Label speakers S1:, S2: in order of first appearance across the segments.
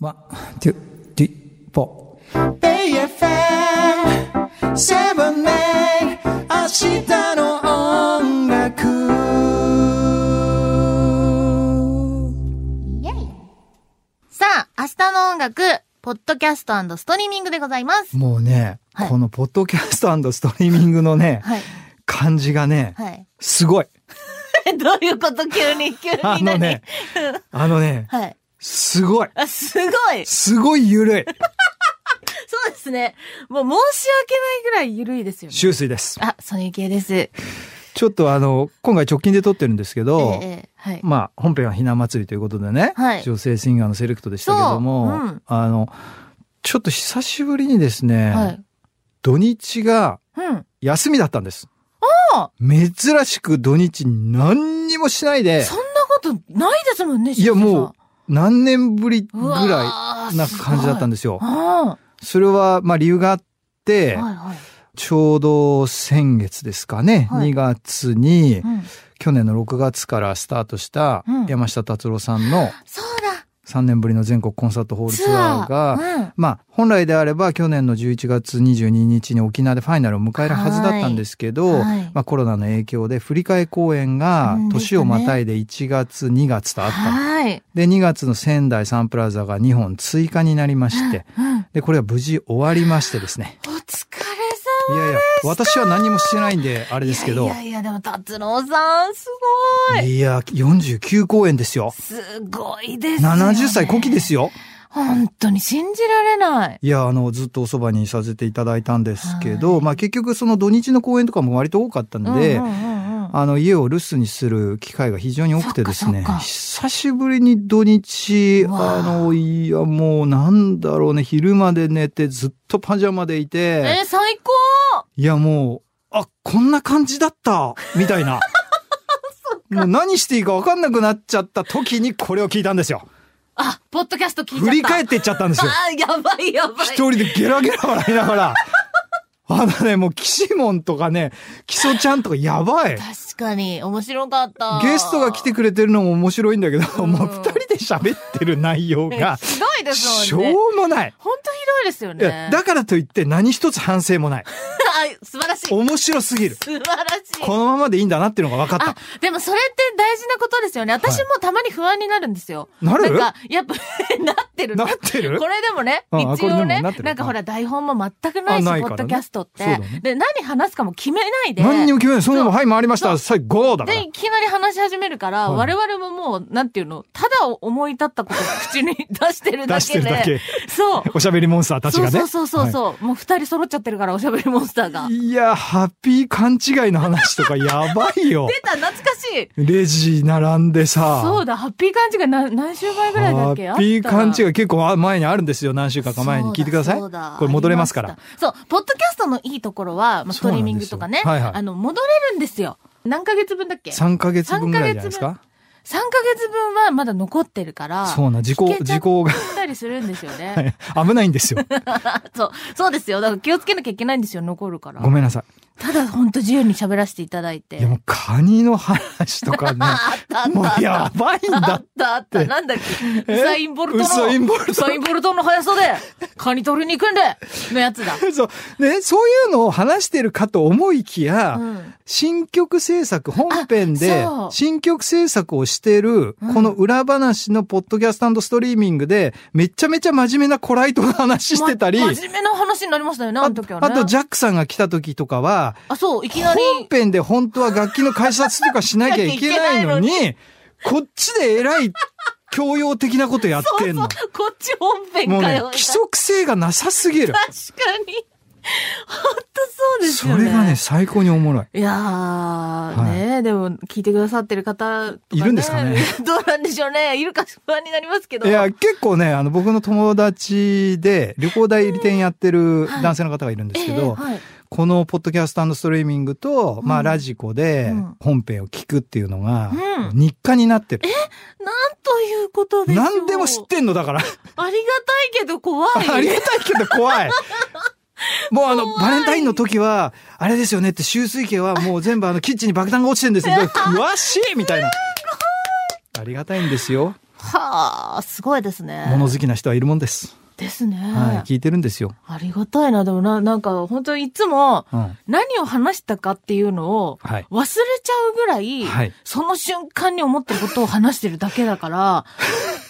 S1: ワン、ツー、ティー、フォー。
S2: AFM78 明日の音楽
S3: イエイさあ、明日の音楽、ポッドキャストストリーミングでございます。
S1: もうね、
S3: はい
S1: このポッドキャストストリーミングのね、
S3: はい。
S1: 感じがね、
S3: はい。
S1: すごい。
S3: どういうこと急に、 急に
S1: あ
S3: 何
S1: のね、あのね、
S3: はい。
S1: すごい。
S3: あ、すごい
S1: すごい 緩い。
S3: そうですね。もう申し訳ないぐらい緩いですよね。
S1: 周水です。
S3: あ、そういう系です。え
S1: ちょっとあの、今回直近で撮ってるんですけ
S3: え
S1: ど、
S3: ええはい。
S1: まあ、本編はひな祭りということでね、
S3: はい
S1: 女性シンガーのセレクトでしたけども、
S3: そううん
S1: あの、ちょっと久しぶりにですね、
S3: はい。
S1: 土日が
S3: うん。
S1: 休みだったんです
S3: あ。
S1: 珍しく土日何にもしないで
S3: そ、んなことないですもんね、
S1: いやもう何年ぶりぐ
S3: う
S1: らいな感じだったん
S3: で
S1: ですよ。
S3: あ
S1: それは、まあ理由があって
S3: あ。、はいはい。
S1: ちょうど先月ですかね、
S3: はい
S1: 2月に
S3: う、ん。
S1: 去年の6月からスタートした
S3: うん
S1: 山下達郎さんの
S3: そうだ。
S1: 3年ぶりの全国コンサートホールツ
S3: ツ
S1: ア
S3: アー
S1: ーが、
S3: うん。
S1: まあ本来であれば去年の11月22日に沖縄でファイナルを迎えるはずだったんですけど、
S3: はい
S1: まあ、コロナの影響で振り替え公演が
S3: うん
S1: 年をまたいで1月2月とあった。
S3: はい。
S1: で2月の仙台サンプラザが2本追加になりまして、
S3: うん。
S1: でこれは無事終わりましてですね。
S3: お疲れ
S1: いやいや、私は何もしてないんであれですけ
S3: 様。
S1: ど
S3: い、やいや、でも達郎さん、すごい。
S1: いや、49公演ですよ。
S3: すごいですよ、ね。
S1: 70歳古希ですよ。
S3: 本当に信じられない。
S1: いや、あの、ずっとおそばにさせていただいたんですけど、
S3: はい
S1: まあ結局その土日の公演とかも割と多かったんで、
S3: うんうんうんうん、
S1: あの、家を留守にする機会が非常に多くてです
S3: そっ
S1: ね
S3: かそっ、か
S1: 久しぶりに土日、
S3: うわ
S1: あの、いや、もうなんだろうね、昼まで寝てずっとパジャマでい
S3: え
S1: て、
S3: ー、最高
S1: いや、もう、あ、こんな感じだ ったみたいな。もう何していいか分かんなくなっちゃった時にこれを聞いたんですよ。
S3: あ、ポッドキャスト聞いちゃった。
S1: 振り返ってていっちゃったんですよ。
S3: あー、やばいやばい。
S1: 一人でゲラゲラ笑いなが ら。あのね、もう、キシモンとかね、キソちゃんとかやばい。
S3: 確かに、面白かった。
S1: ゲストが来て
S3: く
S1: くれてるのも面白いんだけど、
S3: うん
S1: もう二人で喋ってる内容が、
S3: ひどいです
S1: し
S3: も
S1: ょ
S3: んね。
S1: うもない。
S3: 本当ひどいですよ
S1: い
S3: ね
S1: や。だからといって何一つ反省もない。
S3: あ素晴らしい。素
S1: 面白すぎる。
S3: 晴らしい。
S1: このままでいいんだなっていうのが分かっ
S3: あ
S1: た。、
S3: でもそれって大事なことですよね。私もたまに不安になるんですよ。
S1: なる
S3: なんか、やっぱ、 なってるの
S1: なってる
S3: これでもね、
S1: うんあ
S3: 一
S1: これ
S3: 応
S1: で
S3: ね、
S1: もなってる
S3: なんかほら、台本も全くないし、ポ
S1: あないか
S3: ッ
S1: らね
S3: ドキャストって、
S1: そうだね
S3: で、何話すかも決めないで、
S1: 何にも決めない。そのまま、はい、回りました。最後だから
S3: で、。いきなり話し始めるから、
S1: はい
S3: 我々ももう、なんていうの、ただ思い立ったことを口に出してるだ
S1: 出して
S3: け
S1: る
S3: で、
S1: だけ。
S3: そう。
S1: おしゃべりモンスターたち
S3: そう
S1: がね。
S3: そうそうそうそう、もう二人揃っちゃってるから、おしゃべりモンスターが
S1: は。いいや、ハッピー勘違いの話とかやばい よ。
S3: 出た、懐かしい。
S1: レジ並んでさ。
S3: そうだ、ハッピー感じが何何週前ぐらいだっけ
S1: ハッピー感じ
S3: が
S1: が結構あ前にあるんですよ。何週間か前に聞いてください。
S3: そ
S1: こ
S3: うだ
S1: れ戻れますから。。
S3: そう、ポッドキャストのいいところは、まあ、ス
S1: そ
S3: ト
S1: う
S3: リ
S1: な
S3: ー
S1: ん
S3: ミン
S1: で
S3: グ
S1: す
S3: と
S1: よ
S3: かね、
S1: はいはい
S3: あの、戻れるんですよ。何ヶ月分だっけ ?3
S1: 3ヶ月分ぐらいじゃないですか。
S3: ヶ月分はまだ残ってるから、
S1: そうな、時
S3: 聞
S1: 効
S3: け、ち
S1: 時
S3: ゃっ
S1: 効が
S3: たりするんですよ ね。
S1: 危ないんですよ。
S3: そう、そうですよ。だから気をつけなきゃいけないんですよ、残るから
S1: ご。めんなさ
S3: ただ、ほんと自由に喋らせていただい
S1: い。
S3: て。
S1: いやもうカニの話とかね。
S3: あったあっ
S1: も
S3: たあっ
S1: う
S3: た。
S1: やばいん
S3: あ
S1: だ
S3: っ。たあった。なんだっけ
S1: え
S3: ウサインボルトの。
S1: ウサインボルト
S3: ウサインボルトの速さで、カニ取りに行くんでのやつだ。
S1: そう。ね、そういうのを話してるかと思いきや、
S3: うん。
S1: 新曲制作、本編で
S3: あそう、
S1: 新曲制作をしてる、
S3: うん
S1: この裏話のポッドキャストストリーミングで、めちゃめちゃ真面目なコライトの話 してたり、
S3: ま真面目な話になりましたよね、あの時はね。
S1: あと、ジャックさんが来た時とかは、
S3: あ、そう、いきなり。
S1: 本編で本当は楽器の解説とかしなきゃいけないのに、 こっちで偉い教養的なことやってんの。
S3: こっち本編
S1: もう
S3: か
S1: ね
S3: よ。、
S1: 規則性がなさすぎる。
S3: 確かに。本当そうです
S1: そ
S3: よね。
S1: れがね、。最高におもろい。
S3: いやー、
S1: い
S3: ねでも聞いてくださってる方とか、ね、
S1: いるんですかね
S3: どうなんでしょうね。いるか不安になりますけど。
S1: いや、結構ね、あの、僕の友達で旅行代理店やってる
S3: はい
S1: 男性の方がいるんですけど、
S3: ええはい、
S1: このポッドキャストストリーミングと、
S3: うん
S1: まあ、ラジコで
S3: うん
S1: 本編を聞くっていうのが、
S3: う
S1: 日課になってる。
S3: なんということでしょう。
S1: 何でも知ってんの、だから。
S3: ありがたいけど怖い。
S1: ありがたいけど怖 い。もうあの、バレンタインの時は、あれですよねって、周水家はもう全部あの、キッチンに爆弾 が落ちてんですよ。詳しいみたいな。ありがたいんですよ。
S3: はあ、すごいですね。
S1: 物好きな人はいるもんです。
S3: ですね。
S1: はい、聞いてるんですよ。
S3: ありがたいな。でもな、なんか、本当にいつも、
S1: うん。
S3: 何を話したかっていうのを、
S1: はい。
S3: 忘れちゃうぐらい、
S1: はい
S3: その瞬間に思ったことを話してるだけだ から、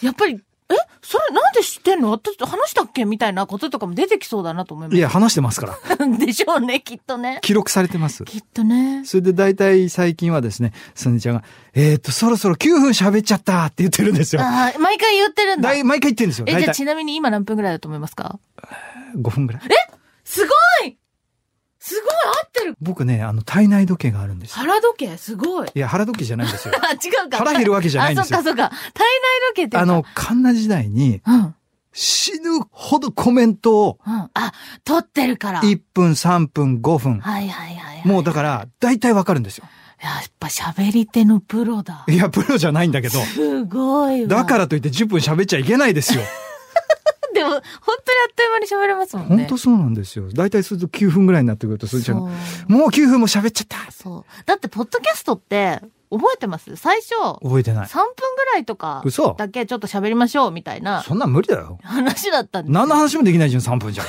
S3: やっぱり、えそれなんで知ってんの私話したっけみたいなこととかも出てきそうだなと思い
S1: い
S3: ま
S1: や、話してますから。
S3: す。 でしょうね、きっとね。
S1: 記録されてます。
S3: きっとね。
S1: それで大体最近はですね、すねちゃんが、えっ、と、そろそろ9分喋っちゃったって言ってるんですよ。
S3: ああ、毎回言ってるんだ。
S1: だい
S3: え、
S1: 毎回言ってるんですよ。大
S3: じゃあ
S1: 体
S3: ちなみに今何分ぐらいだと思いますか
S1: 5分ぐらい。
S3: すごいすごい合ってる
S1: 僕ね、あの、体内時計があるんですよ。
S3: 腹時計すごい
S1: いや、腹時計じゃないんですよ。
S3: あ、違うか。
S1: 腹減るわけじゃないんですよ
S3: あ、そっかそっか。体内時計っていうか
S1: あの、、カンナ時代に
S3: うん。うん。
S1: 死ぬほどコメントを
S3: あ、撮ってるから。
S1: 1分、3分、5分。
S3: はいはいはい、はい。
S1: もうだから、大体わかるんですよ。
S3: やっぱ喋り手のプロだ。
S1: いや、プロじゃないんだけど。
S3: すごいわ。
S1: だからといって10分喋っちゃいけないですよ。
S3: でも、本当にあっという間に喋れますもんね。
S1: 本当そうなんですよ。大体すると9分ぐらいになってくると、すずちゃんが、
S3: そう
S1: もう9分も喋っちゃった
S3: そう。だって、ポッドキャストって、覚えてます最初、3
S1: 覚えてない。
S3: 分ぐらいとか、
S1: 嘘
S3: だけちょっと喋りましょう、みたいな
S1: そんなん無理だよ。
S3: 話だったんですよ
S1: 何の話もできないじゃん、3分じゃ ん。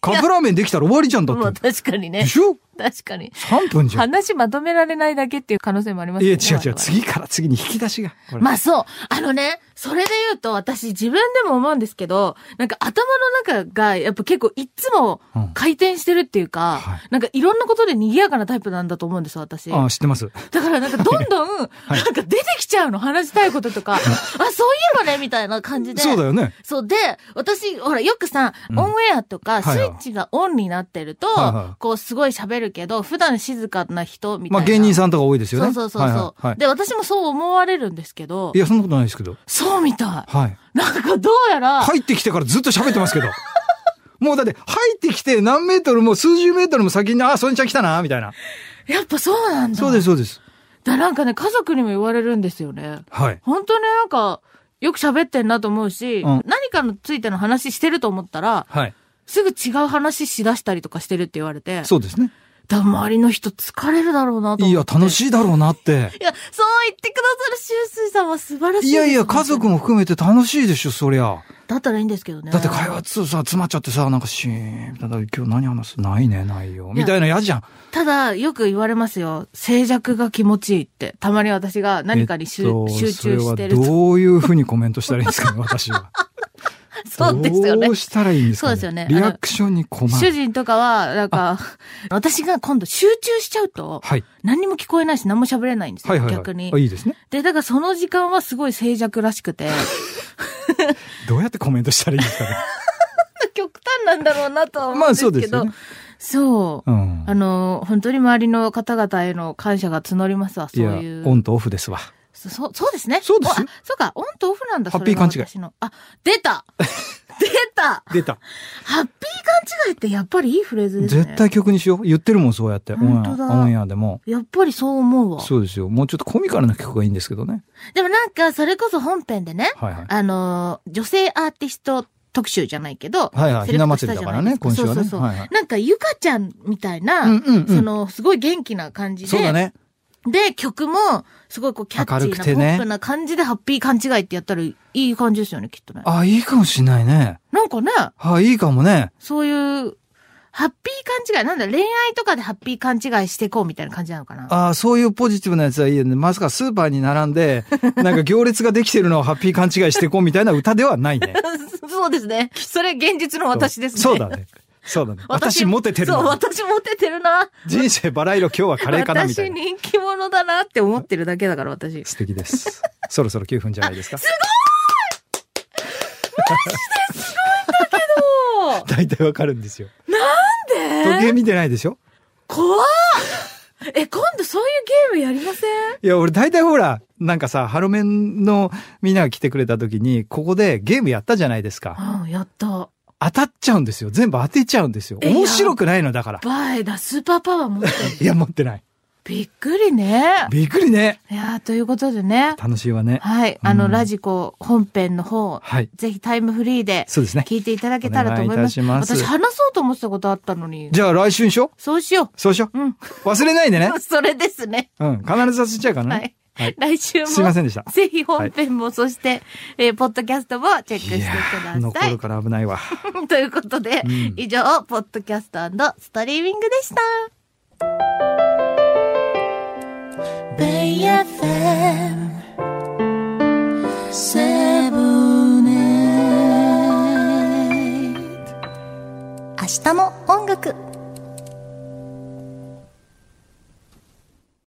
S1: カップラーメンできたら終わりじゃんだ
S3: まあ、
S1: って。
S3: 確かにね
S1: で。しょ
S3: 確かに。
S1: ?3 分じゃん。
S3: 話まとめられないだけっていう可能性もあります
S1: いや、違
S3: よ
S1: う
S3: ね
S1: 違う。
S3: 我々
S1: 次から次に引き出しが。これ
S3: まあそう。あのね、それで言うと私自分でも思うんですけど、なんか頭の中がやっぱ結構いつも
S1: うん
S3: 回転してるっていうか、
S1: はい
S3: なんかいろんなことで賑やかなタイプなんだと思うんですよ、私。
S1: ああ、知ってます。
S3: だからなんかどんどん、なんか出てきちゃうの、話したいこととか。あ、そういえばね、みたいな感じで。
S1: そうだよね。
S3: そうで、私、ほら、よくさ、
S1: うん
S3: オンエアとか、スイ
S1: はいはい
S3: ッチがオンになってると、
S1: はいはい
S3: こう、すごい喋るけど、普段静かな人みたい
S1: ま
S3: な。
S1: あ、芸人さんとか多いですよね。
S3: そうそうそうそう、
S1: はいはいは
S3: で、私もそう思われるんですけど
S1: い。い、や、そんなことないですけど。
S3: そうみた
S1: はい。
S3: い。なんかどうやら、
S1: 入ってきてからずっと喋ってますけど。 もうだって、入ってきて何メートルも数十メートルも先に、ああ、ソニちゃん来たな、みたいな。
S3: やっぱそうなんだ。
S1: そうです、。そうです。
S3: だなんかね、家族にも言われるんですよね。
S1: はい。
S3: 本当になんか、よく喋ってんなと思うし、
S1: うん
S3: 何かのついての話してると思ったら、
S1: はい。
S3: すぐ違う話しだしたりとかしてるって言われて、
S1: そうですね。
S3: だから周りの人疲れるだろうなと思って。
S1: いや、楽
S3: い。
S1: しいだろうなって。
S3: いや、そう言ってくださる修水さんは素晴らしい
S1: い
S3: です
S1: やいや、家族。も含めて楽しいでしょ、そりゃ。
S3: だったらいいんですけどね。
S1: だって会話つさ、詰まっちゃってさ、なんかシーン、ただ今日何話すないね、ないよ。みたいな嫌じゃん。
S3: ただ、よく言われますよ。静寂が気持ちいいって。たまに私が何かに集,、
S1: えっと
S3: 集中してる
S1: それは
S3: と。
S1: どういうふうにコメントしたらいいんですかね、私は。
S3: そうですよね
S1: どう。したらいいんですか、
S3: そうですよね
S1: リアクションに困
S3: 主
S1: る。
S3: 人とかは、なんか、私が今度集中しちゃうと、
S1: はい。
S3: 何にも聞こえないし何も喋れないんですよ、
S1: はいはい、はい。
S3: 逆に
S1: あ。いいですね。
S3: で、だからその時間はすごい静寂らしくて、
S1: どうやってコメントしたらいいんですかね。
S3: 極端なんだろうなとは思
S1: ま
S3: うん
S1: あ
S3: です
S1: そうで
S3: け
S1: す
S3: ど、
S1: よね。
S3: そう。
S1: うん。
S3: あの、本当に周りの方々への感謝が募りますわ、
S1: い
S3: そう
S1: や
S3: い、
S1: オ
S3: う。
S1: ンとオフですわ。
S3: そそうそうですね。
S1: そうです
S3: おあそうか、オンとオフなんだ、
S1: ハッピー勘違い
S3: それが私の。あ、出 た 出た
S1: 出た。
S3: ハッピー勘違いってやっぱりいいフレーズですね。
S1: 絶対曲にしよう。言ってるもん、そうやって。オンエ
S3: 本当だ
S1: アオンエアでも。
S3: やっぱりそう思うわ。
S1: そうですよ。もうちょっとコミカルな曲がいいんですけどね。
S3: でもなんか、それこそ本編でね、
S1: はいはい。
S3: あのー、女性アーティスト特集じゃないけど、
S1: はいはい。ひ
S3: セレ
S1: な
S3: クトした
S1: 祭り
S3: じ
S1: だ
S3: ゃ
S1: か
S3: な
S1: ら
S3: いで
S1: ね
S3: す、か
S1: 今週はね。
S3: そうそうそう
S1: はいはい。
S3: なんか、ゆかちゃんみたいな、
S1: うんうんうん
S3: その、すごい元気な感じで、
S1: そうだね。
S3: で、曲も、すごいこう、キャッチー
S1: 明る
S3: な、
S1: く
S3: ポ
S1: てね
S3: ップな感じで、ハッピー勘違いってやったらいい感じですよね、きっとね。
S1: あ、いいかもしんないね。
S3: なんかね、
S1: あ、いいかもね。
S3: そういう、ハッピー勘違い、なんだ、恋愛とかでハッピー勘違いしていこうみたいな感じなのかな。
S1: ああ、そういうポジティブなやつはいいよね。まさかスーパーに並ん で、なんか行列ができてるのをハッピー勘違いしていこうみたいな歌ではないね。
S3: そうですね。それ現実の 私ですね。
S1: そうだね。そうだね。私モテてる
S3: そう、
S1: な。
S3: 私モテてるな。
S1: 人生バラ色今日はカレーかなみたい
S3: 私
S1: な。
S3: 人気者だなって思ってるだけだから、私。
S1: 素敵です。そろそろ9分じゃない ですか。
S3: そう
S1: 大体わかるんですよ。
S3: なん
S1: 時
S3: で
S1: 計見てないでしょ
S3: 怖っえ、今度そういうゲームやりません
S1: いや、俺大体ほら、なんかさ、ハロメンのみんなが来てくれた時に、ここでゲームやったじゃないですか。
S3: うん、やった。
S1: 当たっちゃうんですよ。全部当てちゃうんですよ。
S3: え
S1: 面白くないのだから。
S3: バイだ、スーパーパワー持ってる。
S1: いや、持ってない。
S3: びっくりね。
S1: びっくりね。
S3: いやーということでね。
S1: 楽しいわね。
S3: はい。あの、
S1: うん
S3: ラジコ本編の方、
S1: はい。
S3: ぜひタイムフリーで
S1: そうですね。
S3: 聞いていただけたらと思います。
S1: お願いいたします
S3: 私話そうと思ってたことあったのに。
S1: じゃあ来週にしよ
S3: そうしよ
S1: う。そうしよ
S3: う。うん。
S1: う。忘れないでね
S3: 。それですね。
S1: うん。必ず忘れちゃうからね。
S3: はい。
S1: はい
S3: 来週も。
S1: すいませんでした。
S3: ぜひ本編も、そして、えーポッドキャストもチェックして
S1: い
S3: く
S1: やー
S3: ださ
S1: 残
S3: い
S1: る。から危ないわ。
S3: ということで、
S1: うん
S3: 以上、ポッドキャストストリーミングでした。
S2: BFM Seven Eight
S3: 明日も音楽。